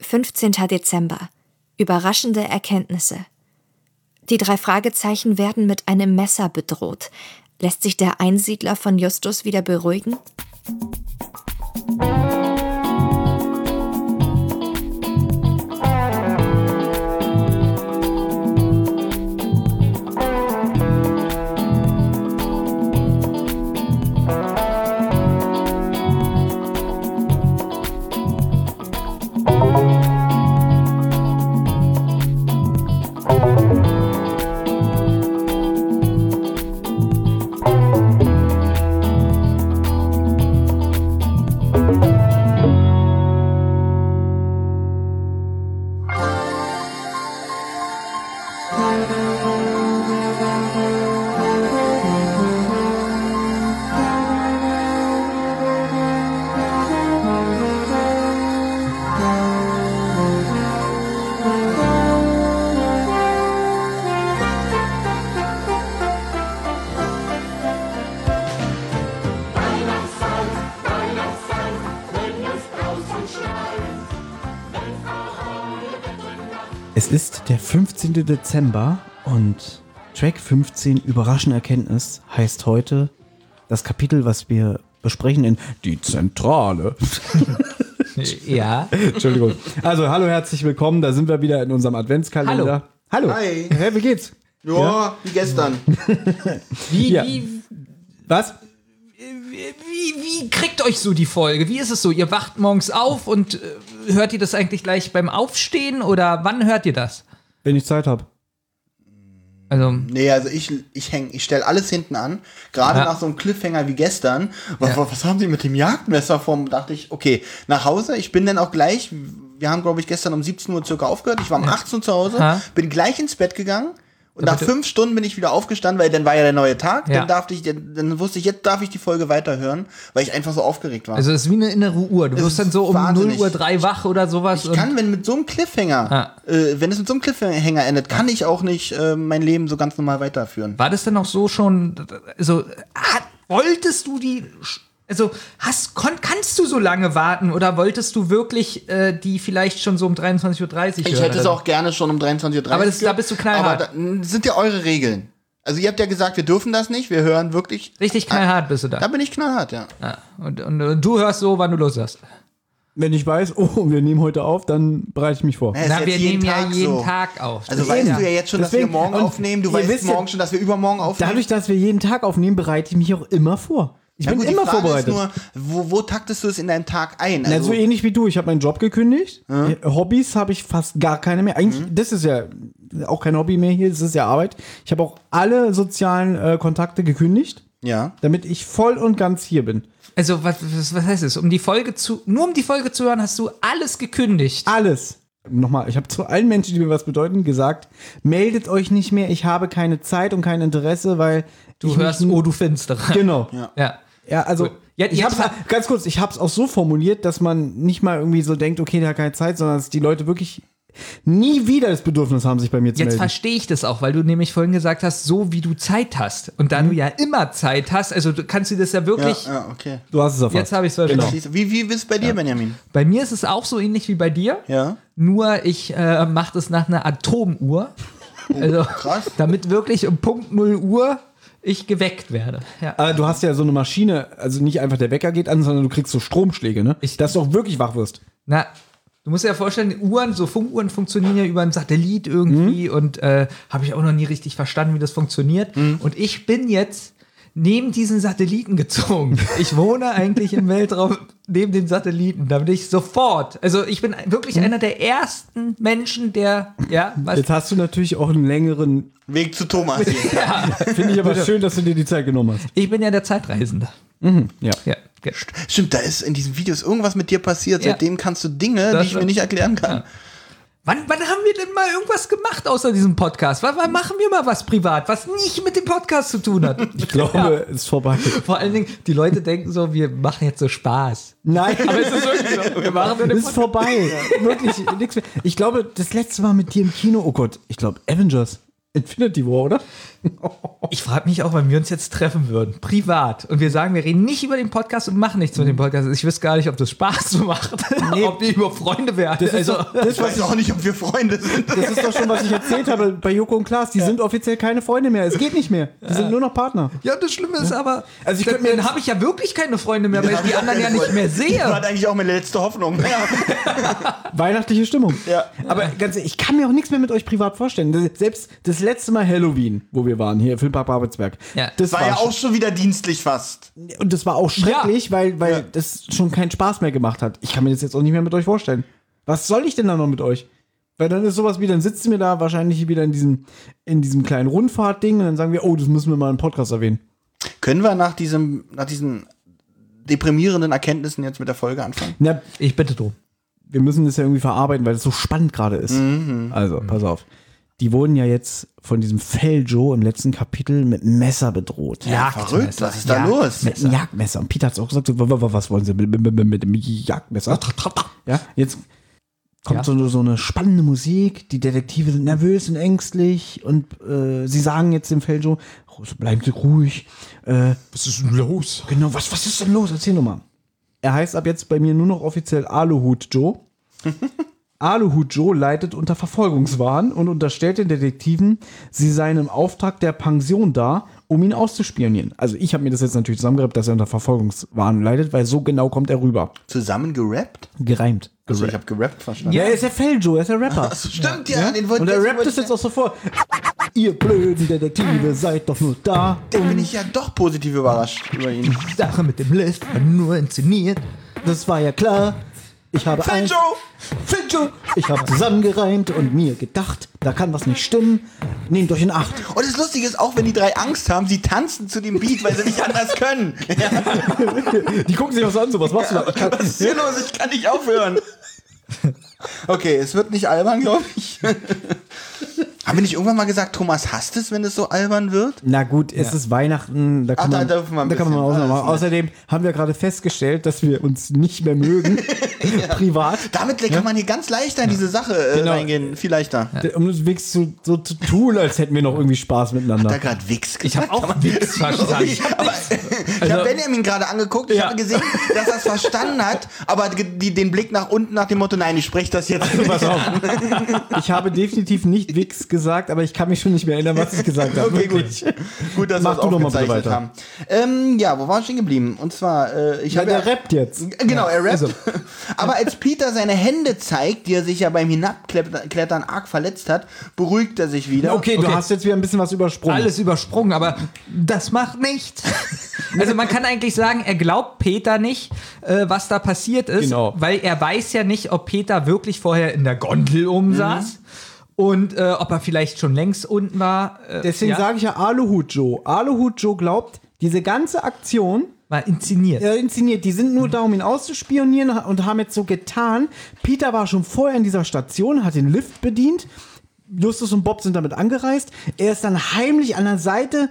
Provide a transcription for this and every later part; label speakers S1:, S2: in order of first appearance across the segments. S1: 15. Dezember. Überraschende Erkenntnisse. Die drei Fragezeichen werden mit einem Messer bedroht. Lässt sich der Einsiedler von Justus wieder beruhigen?
S2: Es ist der 15. Dezember und Track 15 Überraschende Erkenntnis heißt heute das Kapitel, was wir besprechen in Die Zentrale.
S3: Ja.
S2: Entschuldigung. Also, hallo, herzlich willkommen. Da sind wir wieder in unserem Adventskalender. Hallo.
S4: Hi.
S2: Hä, wie geht's?
S4: Ja, wie gestern.
S3: Wie,
S2: Ja.
S3: wie,
S2: Was?
S3: wie, wie kriegt euch so die Folge? Wie ist es so? Ihr wacht morgens auf und äh, hört ihr das eigentlich gleich beim Aufstehen oder wann hört ihr das?
S2: Wenn ich Zeit habe.
S3: Also,
S4: Nee, also ich, ich häng, ich stelle alles hinten an. Gerade
S3: Ja.
S4: nach so einem Cliffhanger wie gestern. Was, was haben sie mit dem Jagdmesser vor? Dachte ich, okay, nach Hause. Ich bin dann auch gleich, wir haben, glaube ich, gestern um 17 Uhr circa aufgehört. Ich war um 18 Uhr zu Hause,
S3: Ha.
S4: bin gleich ins Bett gegangen. Und nach
S3: Damit du-
S4: fünf Stunden bin ich wieder aufgestanden, weil dann war ja der neue Tag.
S3: Ja.
S4: Dann, darf ich, dann, dann wusste ich, jetzt darf ich die Folge weiterhören, weil ich einfach so aufgeregt war.
S3: also es ist wie eine innere Uhr. Du
S4: Es
S3: wirst
S4: ist
S3: dann so um
S4: wahnsinnig.
S3: 0 Uhr 3 wach oder sowas.
S4: Ich kann, wenn mit so einem Cliffhanger,
S3: Ah.
S4: äh, wenn es mit so einem Cliffhanger endet, kann ich auch nicht äh, mein Leben so ganz normal weiterführen.
S3: War das denn auch so schon, also hat, wolltest du die, also hast, kon, kannst du so lange warten oder wolltest du wirklich äh, die vielleicht schon so um 23.30 Uhr Also
S4: Ich hätte es auch gerne schon um 23.30 Uhr.
S3: Aber das- da bist du knallhart.
S4: Aber da, n- sind ja eure Regeln. Also ihr habt ja gesagt, wir dürfen das nicht, wir hören wirklich.
S3: Richtig knallhart bist du
S4: Da
S3: da.
S4: bin ich knallhart, ja.
S3: Ja. Und, und, und du hörst so, wann du Lust hast.
S2: Wenn ich weiß, oh, wir nehmen heute auf, dann bereite ich mich vor.
S4: Naja, ist
S3: Na,
S4: jetzt
S3: wir nehmen ja jeden
S4: so.
S3: Tag auf.
S4: Also
S3: Das
S4: weißt
S3: ist
S4: du ja jetzt schon, dass
S2: Deswegen-
S4: wir morgen
S2: und
S4: aufnehmen, du
S2: ihr
S4: weißt
S2: wisst
S4: morgen
S2: ja-
S4: schon, dass wir übermorgen aufnehmen.
S2: Dadurch, dass wir jeden Tag aufnehmen, bereite ich mich auch immer vor. Ich
S4: Na
S2: bin
S4: gut, die
S2: immer
S4: Frage
S2: vorbereitet.
S4: Ist nur, wo, wo taktest du es in deinem Tag ein? Also,
S3: Also
S2: Na, so ähnlich wie du. Ich habe meinen Job gekündigt. Äh, Hobbys habe ich fast gar keine mehr. Eigentlich,
S3: Mhm.
S2: das ist ja auch kein Hobby mehr hier, das ist ja Arbeit. Ich habe auch alle sozialen äh, Kontakte gekündigt,
S4: ja.
S2: damit ich voll und ganz hier bin.
S3: Also, was, was, was heißt es? Um die Folge zu, nur um die Folge zu hören, hast du alles
S4: Ah,
S3: gekündigt.
S2: Alles. Nochmal, ich habe zu allen Menschen, die mir was bedeuten, gesagt, meldet euch nicht mehr, ich habe keine Zeit und kein Interesse, weil
S3: Du
S2: ich
S3: hörst,
S2: mich-
S3: oh, du Finstere.
S2: Genau.
S3: Ja.
S2: Ja, also
S3: Gut. Ja,
S2: ich
S3: jetzt
S2: hab's,
S3: mal-
S2: ganz kurz, ich hab's auch so formuliert, dass man nicht mal irgendwie so denkt, okay, der hat keine Zeit, sondern dass die Leute wirklich nie wieder das Bedürfnis haben, sich bei mir zu
S3: Jetzt
S2: melden.
S3: verstehe ich das auch, weil du nämlich vorhin gesagt hast, so wie du Zeit hast. Und da du ja immer Zeit hast, also du kannst du das ja
S4: Mhm. Ja,
S3: wirklich.
S4: ja, okay.
S2: Du hast es erfasst.
S3: Jetzt habe ich es verstanden.
S2: Genau.
S4: Wie, wie ist es bei dir, Benjamin?
S3: Bei mir ist es auch so ähnlich wie bei dir.
S4: Ja.
S3: Nur ich äh, mache das nach einer Atomuhr. Also,
S4: Oh, krass.
S3: damit wirklich um Punkt 0 Uhr ich geweckt werde. Ja.
S2: Aber Äh, du hast ja so eine Maschine, also nicht einfach der Wecker geht an, sondern du kriegst so Stromschläge, ne?
S3: Ich-
S2: dass du auch wirklich wach wirst.
S3: Na, du musst dir ja vorstellen, Uhren, so Funkuhren funktionieren ja über einen Satellit irgendwie
S2: Mhm.
S3: und äh, habe ich auch noch nie richtig verstanden, wie das funktioniert.
S2: Mhm.
S3: Und ich bin jetzt neben diesen Satelliten gezogen. Ich wohne eigentlich im Weltraum neben den Satelliten, damit ich sofort, also ich bin wirklich einer der ersten Menschen, der, ja, was,
S2: Mhm. Jetzt hast du natürlich auch einen längeren.
S4: Weg zu Thomas. hier.
S2: Finde ich aber schön, dass du dir die Zeit genommen hast.
S3: ich bin ja der Zeitreisende.
S2: Ja.
S3: Mhm. Ja, ge-
S4: Stimmt, da ist in diesen Videos irgendwas mit dir passiert.
S3: Ja.
S4: Seitdem kannst du Dinge,
S3: Das
S4: die ich mir
S3: stimmt.
S4: nicht erklären kann.
S3: Wann, wann haben wir denn mal irgendwas gemacht außer diesem Podcast? Wann, wann machen wir mal was privat, was nicht mit dem Podcast zu tun hat?
S2: Ich glaube, es ist vorbei.
S3: Vor allen Dingen, die Leute denken so, wir machen jetzt so Spaß.
S2: Nein, aber
S3: es ist wirklich so. Wir machen nur den
S2: ist vorbei. Wirklich, nichts mehr. Ich glaube, das letzte Mal mit dir im Kino, oh Gott, ich glaube, Avengers. Infinity War, oder?
S3: Ich frage mich auch, wenn wir uns jetzt treffen würden, privat, und wir sagen, wir reden nicht über den Podcast und machen nichts mit dem Podcast. Ich wüsste gar nicht, ob das Spaß macht, ob wir über Freunde werden. also,
S4: Ich weiß auch nicht, ob wir Freunde sind.
S2: Das ist doch schon, was ich erzählt habe bei Joko und Klaas. Die sind offiziell keine Freunde mehr. Es geht nicht mehr. Die sind nur noch Partner.
S3: ja, das Schlimme ist aber,
S2: Also ich
S3: dann,
S2: könnte mir
S3: dann habe ich ja wirklich keine Freunde mehr, weil ich die anderen ja nicht mehr
S4: Das war
S3: sehe.
S4: eigentlich auch meine letzte Hoffnung. Ja.
S2: Weihnachtliche Stimmung.
S4: Ja.
S2: Aber ganz ehrlich, ich kann mir auch nichts mehr mit euch privat vorstellen. Das- Selbst das letzte Mal Halloween, wo wir waren, hier, Filmpar Babelsberg.
S3: Ja.
S2: Das
S4: War ja
S2: sch-
S4: auch schon wieder dienstlich fast.
S2: Und das war auch schrecklich, weil, weil das schon keinen Spaß mehr gemacht hat. Ich kann mir das jetzt auch nicht mehr mit euch vorstellen. Was soll ich denn da noch mit euch? Weil dann ist sowas wie, dann sitzen wir da wahrscheinlich wieder in diesem, in diesem kleinen Rundfahrtding und dann sagen wir, oh, das müssen wir mal im Podcast erwähnen.
S4: Können wir nach, diesem, nach diesen deprimierenden Erkenntnissen jetzt mit der Folge anfangen?
S2: Na,
S3: Ich bitte drum.
S2: wir müssen das ja irgendwie verarbeiten, weil das so spannend gerade ist. Also, pass auf. Die wurden ja jetzt von diesem Felljo im letzten Kapitel mit einem Messer bedroht.
S4: Verrückt, was ist da los?
S2: Mit einem Jagdmesser. Und Peter hat es auch gesagt, so, wa- wa- wa- was wollen sie mit, mit, mit, mit dem Jagdmesser? Ja, jetzt kommt
S3: Ja.
S2: so, eine, so eine spannende Musik, die Detektive sind nervös und ängstlich und äh, sie sagen jetzt dem Feljo, oh, so bleiben Sie ruhig. Äh, was ist denn los? Genau, was, was ist denn los? Erzähl doch mal. Er heißt ab jetzt bei mir nur noch offiziell Aluhut Joe. Aluhut Joe leidet unter Verfolgungswahn und unterstellt den Detektiven, sie seien im Auftrag der Pension da, um ihn auszuspionieren. Also ich habe mir das jetzt natürlich zusammengerappt, dass er unter Verfolgungswahn leidet, weil so genau kommt er rüber.
S4: Zusammen gerappt?
S2: Gereimt.
S4: Also ich habe gerappt verstanden.
S2: Ja, er ist der Felljo, er ist der Rapper.
S4: Stimmt, ja, den wollte
S2: Und er
S4: den
S2: rappt
S4: wollte
S2: es jetzt auch so vor. Ihr blöden Detektive, seid doch nur da.
S4: Den bin ich ja doch positiv überrascht über ihn.
S3: Die Sache mit dem Lift war nur inszeniert.
S2: Das war ja klar. Ich habe ein,
S4: Joe!
S2: Fincho! Ich habe zusammengereimt und mir gedacht, da kann was nicht stimmen. Nehmt euch in Acht.
S4: Und das Lustige ist, auch wenn die drei Angst haben, sie tanzen zu dem Beat, weil sie nicht anders können.
S2: Die gucken sich was an, so was machst du da? Ich kann-
S4: Was ist hier los? Ich kann nicht aufhören. Okay, es wird nicht albern, glaube ich. Haben wir nicht irgendwann mal gesagt, Thomas hasst es, wenn es so albern wird?
S2: Na gut, es ist Weihnachten, da kann
S4: da
S2: man, da
S4: dürfen wir ein
S2: kann man
S4: bisschen.
S2: mal Ausnahmen machen.
S4: Alles
S2: Außerdem haben wir gerade festgestellt, dass wir uns nicht mehr mögen, privat.
S4: Damit kann man hier ganz leichter in diese Sache äh,
S2: Genau.
S4: reingehen. Viel leichter.
S2: Um es wirklich so, so zu tun, als hätten wir noch irgendwie Spaß miteinander.
S4: Da gerade Wix
S3: Ich habe auch nichts verstanden. Ich hab
S4: Aber ich habe
S3: Also-
S4: Benjamin gerade angeguckt, ich
S3: Ja.
S4: habe gesehen, dass er es verstanden hat, aber ge- die, den Blick nach unten nach dem Motto, nein, ich spreche das jetzt.
S2: Pass auf. Ich habe definitiv nicht Wix gesagt, aber ich kann mich schon nicht mehr erinnern, was ich gesagt habe.
S4: Okay, gut. Gut, dass
S2: Mach
S4: wir
S2: du doch
S4: es
S2: mal bitte
S4: aufgezeichnet
S2: weiter.
S4: haben. Ähm, ja, wo war ich stehen geblieben? Und zwar, äh, ich
S2: Ja,
S4: habe ja,
S2: der rappt jetzt.
S4: Genau, er rappt. Aber als Peter seine Hände zeigt, die er sich ja beim Hinabklettern arg verletzt hat, beruhigt er sich wieder.
S2: Okay, du hast jetzt wieder ein bisschen was übersprungen.
S3: alles übersprungen, aber das macht nichts. Also man kann eigentlich sagen, er glaubt Peter nicht, äh, was da passiert ist,
S2: Genau.
S3: weil er weiß ja nicht, ob Peter wirklich vorher in der Gondel
S2: Mhm.
S3: umsaß und äh, ob er vielleicht schon längst unten war. Äh,
S2: Deswegen
S3: ja,
S2: sage ich ja Aluhut Joe. Aluhut Joe glaubt, diese ganze Aktion
S3: war inszeniert.
S2: äh, inszeniert, die sind nur da, um ihn auszuspionieren ha- und haben jetzt so getan. Peter war schon vorher in dieser Station, hat den Lift bedient. Justus und Bob sind damit angereist. Er ist dann heimlich an der Seite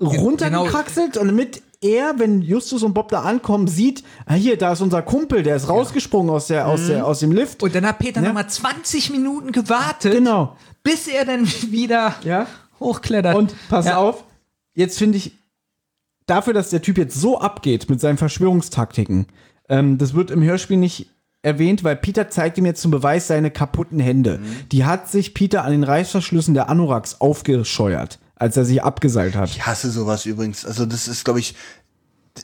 S2: runtergekraxelt und damit er, wenn Justus und Bob da ankommen, sieht, ah, hier, da ist unser Kumpel, der ist rausgesprungen aus, der, aus, der, aus dem Lift.
S3: Und dann hat Peter noch nochmal 20 Minuten gewartet,
S2: Genau.
S3: bis er dann wieder
S2: Ja.
S3: hochklettert.
S2: Und pass
S3: Ja.
S2: auf, jetzt finde ich, dafür, dass der Typ jetzt so abgeht mit seinen Verschwörungstaktiken, ähm, das wird im Hörspiel nicht erwähnt, weil Peter zeigt ihm jetzt zum Beweis seine kaputten Hände. Die hat sich Peter an den Reißverschlüssen der Anoraks aufgescheuert, als er sie abgeseilt hat.
S4: Ich hasse sowas übrigens. Also das ist, glaube ich,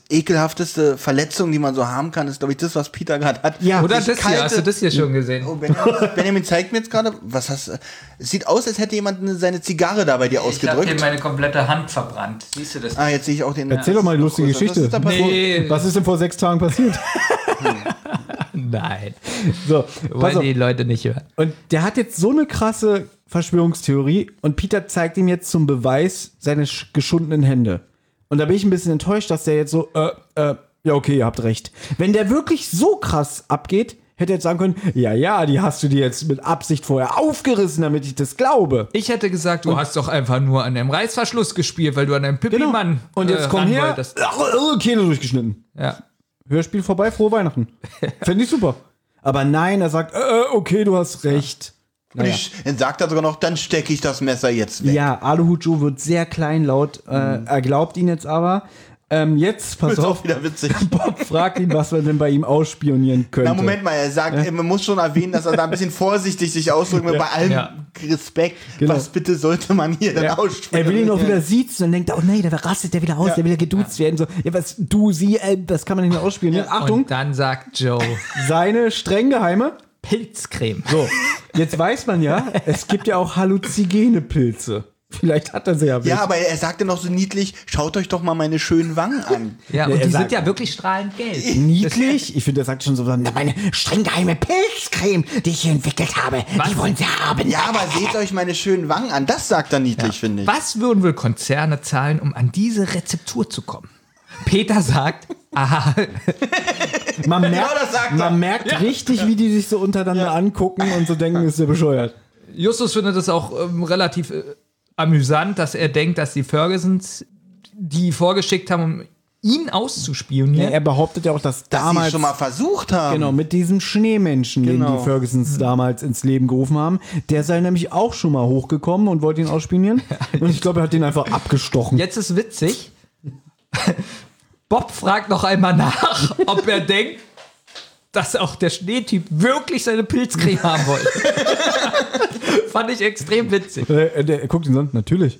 S4: die ekelhafteste Verletzung, die man so haben kann, ist, glaube ich, das, was Peter gerade hat.
S2: Ja.
S3: Oder
S4: Ich
S3: das hier,
S4: kalte-
S2: also
S3: hast du das hier schon gesehen?
S4: Oh, Benjamin, Benjamin zeigt mir jetzt gerade, was hast du? Es sieht aus, als hätte jemand eine- seine Zigarre da bei
S5: Ich
S4: dir
S5: habe dir
S4: ausgedrückt.
S5: meine komplette Hand verbrannt. Siehst du das?
S4: Ah, jetzt sehe ich auch den. Oh,
S2: Erzähl doch mal eine lustige
S4: Was ist
S2: Geschichte.
S4: da passiert?
S3: Nee.
S2: Was ist denn vor sechs Tagen passiert?
S3: Nein,
S2: So, pass
S3: wollen
S2: auf.
S3: die Leute nicht hören.
S2: Und der hat jetzt so eine krasse Verschwörungstheorie und Peter zeigt ihm jetzt zum Beweis seine sch- geschundenen Hände. Und da bin ich ein bisschen enttäuscht, dass der jetzt so, äh, äh, ja, okay, ihr habt recht. Wenn der wirklich so krass abgeht, hätte er jetzt sagen können, ja, ja, die hast du dir jetzt mit Absicht vorher aufgerissen, damit ich das glaube.
S3: Ich hätte gesagt, du hast doch einfach nur an einem Reißverschluss gespielt, weil du an einem Pippi-Mann
S2: Genau. Und jetzt
S3: äh,
S2: komm
S3: ran
S2: her,
S3: wolltest.
S2: äh, äh, Kehle durchgeschnitten.
S3: Ja.
S2: Hörspiel vorbei, frohe Weihnachten. Fände ich super. Aber nein, er sagt, äh, äh, okay, du hast recht.
S4: Und ich, dann sagt er sogar noch, dann stecke ich das Messer jetzt weg.
S2: Ja, Aluhut Joe wird sehr kleinlaut. Äh, Er glaubt ihn jetzt aber. Ähm, jetzt, pass
S4: Ist
S2: auf.
S4: auch wieder witzig.
S2: Bob fragt ihn, was wir denn bei ihm ausspionieren könnten.
S4: Na, Moment mal, er sagt, äh, man muss schon erwähnen, dass er da ein bisschen vorsichtig sich ausdrückt, mit bei allem
S3: Ja.
S4: Respekt.
S2: Genau.
S4: Was bitte sollte man hier dann
S2: Ja. Er
S4: aussprechen?
S2: will ihn auch wieder siezen und denkt, oh nee, der rastet der wieder aus, der will ja geduzt werden. So, ja, was, du, sie, äh, das kann man nicht mehr ausspionieren. Achtung,
S3: Und dann sagt Joe
S2: seine streng geheime.
S3: Pilzcreme.
S2: So, jetzt weiß man ja, es gibt ja auch halluzinogene Pilze. Vielleicht hat er sie ja.
S4: Ja, aber er sagte noch so niedlich, schaut euch doch mal meine schönen Wangen an.
S3: Ja,
S2: Ja,
S3: und
S2: er
S3: die
S2: sagt-
S3: sind ja wirklich strahlend gelb.
S2: niedlich. Ich finde, er sagt schon so, na, meine streng geheime Pilzcreme, die ich hier entwickelt habe, die wollen sie haben.
S4: Ja, aber seht euch meine schönen Wangen an. Das sagt er niedlich, finde ich.
S3: Was würden wohl Konzerne zahlen, um an diese Rezeptur zu kommen? Peter sagt, aha,
S2: Man merkt,
S4: das sagt er.
S2: man merkt richtig, wie die sich so untereinander angucken und so denken, ist der bescheuert.
S3: Justus findet es auch ähm, relativ äh, amüsant, dass er denkt, dass die Fergusons die vorgeschickt haben, um ihn
S2: Ja,
S3: auszuspionieren.
S2: er behauptet ja auch, dass
S4: Dass sie
S2: damals
S4: es schon mal versucht haben.
S2: Genau, mit diesem Schneemenschen, den
S4: Genau.
S2: die Fergusons damals ins Leben gerufen haben. Der sei nämlich auch schon mal hochgekommen und wollte ihn ausspionieren. Und ich glaube, er hat den einfach abgestochen.
S3: Jetzt ist witzig. Bob fragt noch einmal nach, ob er denkt, dass auch der Schneetyp wirklich seine Pilzcreme haben wollte. Fand ich extrem witzig.
S2: Äh, äh, der, er guckt ihn so an, natürlich.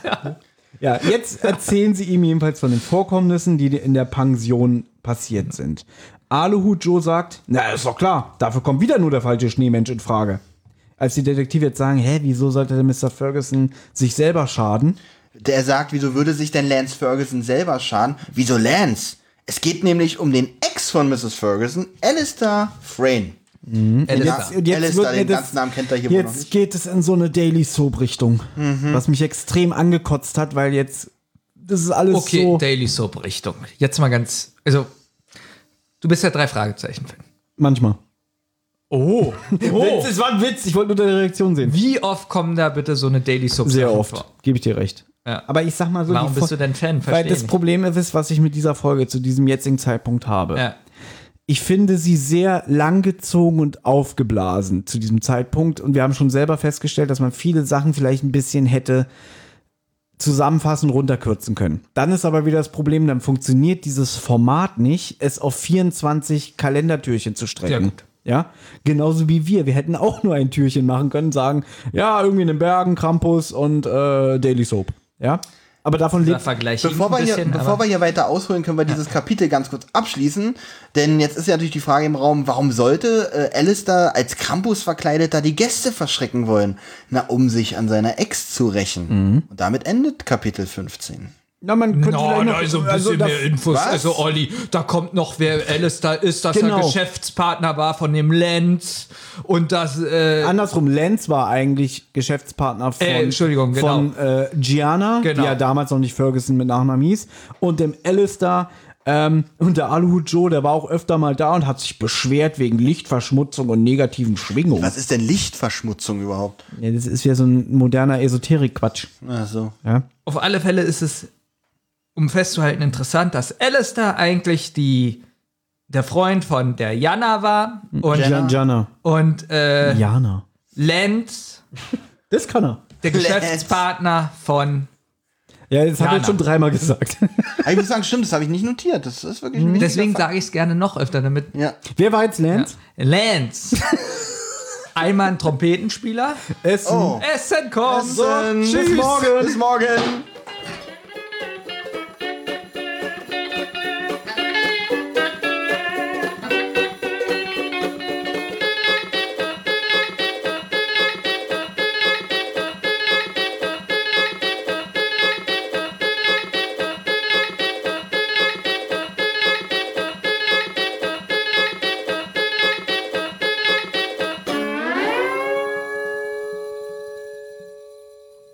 S2: ja, jetzt erzählen sie ihm jedenfalls von den Vorkommnissen, die in der Pension passiert sind. Aluhut Joe sagt, na, ist doch klar, dafür kommt wieder nur der falsche Schneemensch in Frage. Als die Detektive jetzt sagen, hä, wieso sollte der Mr. Ferguson sich selber schaden?
S4: Der sagt, wieso würde sich denn Lance Ferguson selber schaden? Wieso Lance? Es geht nämlich um den Ex von Mrs. Ferguson, Alistair Frayne. Mhm.
S3: Alistair.
S2: Und jetzt
S4: Alistair,
S2: wird mir
S4: den
S2: das-
S4: ganzen Namen kennt er hier wohl noch
S2: Jetzt
S4: nicht. Mhm.
S2: geht es in so eine Daily Soap Richtung, was mich extrem angekotzt hat, weil jetzt das ist alles
S3: Okay,
S2: so.
S3: Daily Soap Richtung. Jetzt mal ganz, also du bist ja drei Fragezeichen Fan.
S2: Manchmal.
S3: Oh,
S2: Witz, es war ein Witz. Ich wollte nur deine Reaktion sehen.
S3: wie oft kommen da bitte so eine Daily Soap
S2: Sehr
S3: Sachen
S2: oft.
S3: vor?
S2: Gebe ich dir recht.
S3: Ja.
S2: Aber ich sag mal so.
S3: Warum
S2: die
S3: bist
S2: Fol-
S3: du denn Fan? Verstehe
S2: Weil das
S3: nicht.
S2: Problem ist, was ich mit dieser Folge zu diesem jetzigen Zeitpunkt habe.
S3: Ja.
S2: Ich finde sie sehr langgezogen und aufgeblasen zu diesem Zeitpunkt. Und wir haben schon selber festgestellt, dass man viele Sachen vielleicht ein bisschen hätte zusammenfassen, runterkürzen können. Dann ist aber wieder das Problem, dann funktioniert dieses Format nicht, es auf 24 Kalendertürchen zu strecken.
S3: Sehr gut.
S2: Ja, genauso wie wir. Wir hätten auch nur ein Türchen machen können, sagen, ja, irgendwie in den Bergen, Krampus und äh, Daily Soap. Ja, aber davon
S3: Da
S2: lebt
S3: vergleiche ich
S4: Bevor
S3: ein
S4: wir, hier,
S3: bisschen,
S4: bevor
S3: aber
S4: wir hier weiter ausholen, können wir dieses Kapitel ganz kurz abschließen. Denn jetzt ist ja natürlich die Frage im Raum, warum sollte äh, Alistair als Krampus verkleideter die Gäste verschrecken wollen? Na, um sich an seiner Ex zu rächen.
S3: Mhm.
S4: Und damit endet Kapitel 15.
S2: Na, man könnte
S3: No,
S2: vielleicht noch- also
S3: da ist so ein bisschen
S2: da-
S3: mehr Infos.
S4: Was?
S3: Also, Olli, da kommt noch, wer Alistair ist, dass
S2: Genau.
S3: er Geschäftspartner war von dem Lenz und dass, äh,
S2: Andersrum, Lenz war eigentlich Geschäftspartner von,
S3: Äh, Entschuldigung, genau.
S2: von äh, Gianna,
S3: Genau.
S2: die ja damals noch nicht Ferguson mit Nachnamen hieß, und dem Alistair. Ähm, und der Aluhut Joe, der war auch öfter mal da und hat sich beschwert wegen Lichtverschmutzung und negativen Schwingungen.
S4: Was ist denn Lichtverschmutzung überhaupt?
S2: Ja, das ist ja so ein moderner Esoterik-Quatsch.
S4: Also,
S2: Ja?
S3: auf alle Fälle ist es, um festzuhalten, interessant, dass Alistair eigentlich die, der Freund von der Jana war und,
S2: Gian- Gianna.
S3: und äh,
S2: Jana.
S3: Lenz,
S2: Das kann er.
S3: der
S4: Lenz.
S3: Geschäftspartner von.
S2: Ja, das hat er
S3: Jana.
S2: jetzt schon dreimal gesagt.
S4: ich muss sagen, stimmt, das habe ich nicht notiert. Das ist wirklich ein wichtiger
S3: Deswegen
S4: Fakt.
S3: sage ich es gerne noch öfter, damit
S4: Ja.
S2: Wer war jetzt Lenz?
S3: Lenz. Einmal ein Trompetenspieler.
S2: Essen.
S4: Oh.
S3: Essen kommt.
S4: Essen.
S3: Tschüss.
S4: Bis morgen. Bis morgen.